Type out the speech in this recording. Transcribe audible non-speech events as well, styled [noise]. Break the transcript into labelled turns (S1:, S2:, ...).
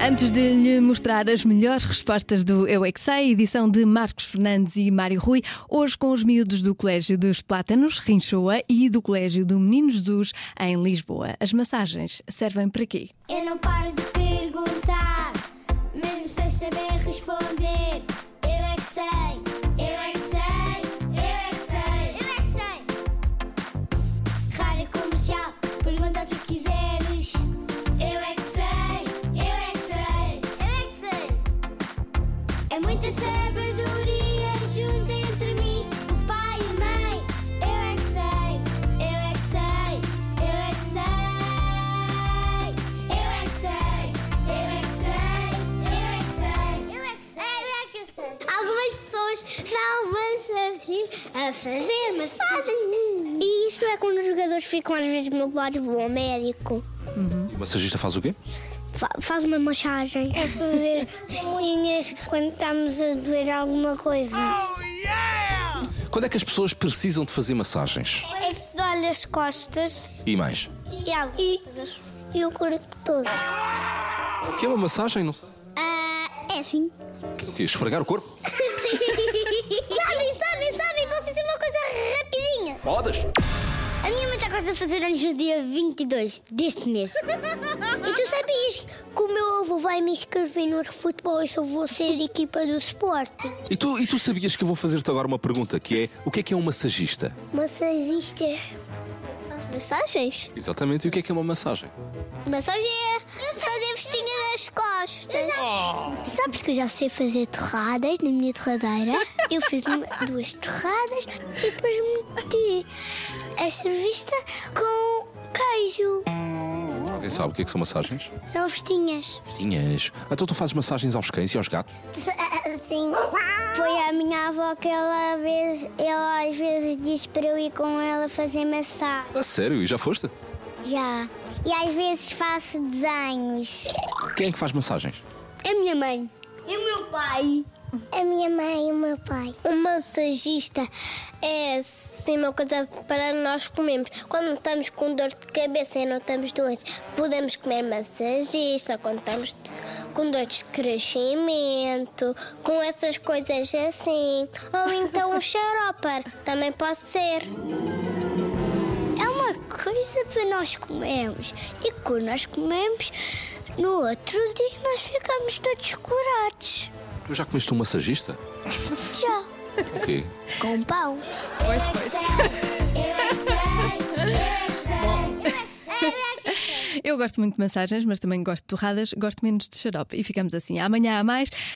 S1: Antes de lhe mostrar as melhores respostas do Eu é que Sei, edição de Marcos Fernandes e Mário Rui, hoje com os miúdos do Colégio dos Plátanos, Rinchoa, e do Colégio do Menino Jesus, em Lisboa. As massagens servem para quê?
S2: Eu não paro de perguntar, mesmo sem saber responder. Eu é que sei, eu é que sei, eu é que sei, eu é que sei. Rádio comercial, pergunta o que quiseres. Eu é que sei, eu é que sei, eu é que sei. É muita sabedoria junto entre mim, o pai e a mãe. Eu é que sei, eu é que sei, eu é que sei. Eu é que sei, eu é que sei, eu é que sei. Eu é que sei, eu é que sei. Algumas pessoas são mais assim a fazer massagem. E isso é quando os jogadores ficam às vezes magoados, vão ao médico.
S3: E o massagista faz o quê?
S2: Fa- Faz uma massagem. É fazer linhas quando estamos a doer alguma coisa.
S3: Quando é que as pessoas precisam de fazer massagens?
S2: É dói as costas
S3: E mais?
S2: e, e, o corpo todo.
S3: O que é uma massagem? Não sei.
S2: Ah, é [laughs] assim.
S3: O quê? Esfregar o corpo?
S2: sabem, sabem, sabem, vou dizer uma coisa rapidinha.
S3: Rodas?
S2: A minha mãe está quase a fazer anos no dia 22 deste mês. e tu sabias que o meu avô vai me inscrever no futebol e só vou ser equipa do esporte?
S3: E tu, e tu sabias que eu vou fazer-te agora uma pergunta, que é o que é que é um massagista?
S2: Massagista. Massagens?
S3: Exatamente, e o que é que é uma massagem?
S2: Massagem é fazer vestinha nas costas. Sabes que eu já sei fazer torradas na minha torradeira? Eu fiz uma- duas torradas e depois meti a servista com queijo.
S3: Alguém sabe o que é que são massagens?
S2: São vestinhas.
S3: Tinhas. Ah, Então tu fazes massagens aos cães e aos gatos?
S2: Sim. Foi a minha avó que ela, às vezes- ela às vezes diz para eu ir com ela fazer massagem.
S3: A sério? E já foste?
S2: Já. E às vezes faço desenhos.
S3: Quem é que faz massagens?
S2: A minha mãe. E o meu pai. A minha mãe e o meu pai. Um massagista é sim uma coisa para nós comermos. Quando estamos com dor de cabeça e não estamos doentes, podemos comer massagista. Quando estamos t- com dor de crescimento, com essas coisas assim. Ou então [laughs] um xaropar, também pode ser. É uma coisa para nós comermos. E quando nós comemos, no outro dia nós ficamos todos curados.
S3: Tu já comeste um massagista?
S2: Já.
S3: O quê?
S2: Com pão.
S1: Pois, pois. Eu gosto muito de massagens, mas também gosto de torradas, gosto menos de xarope. E ficamos assim. Amanhã há mais.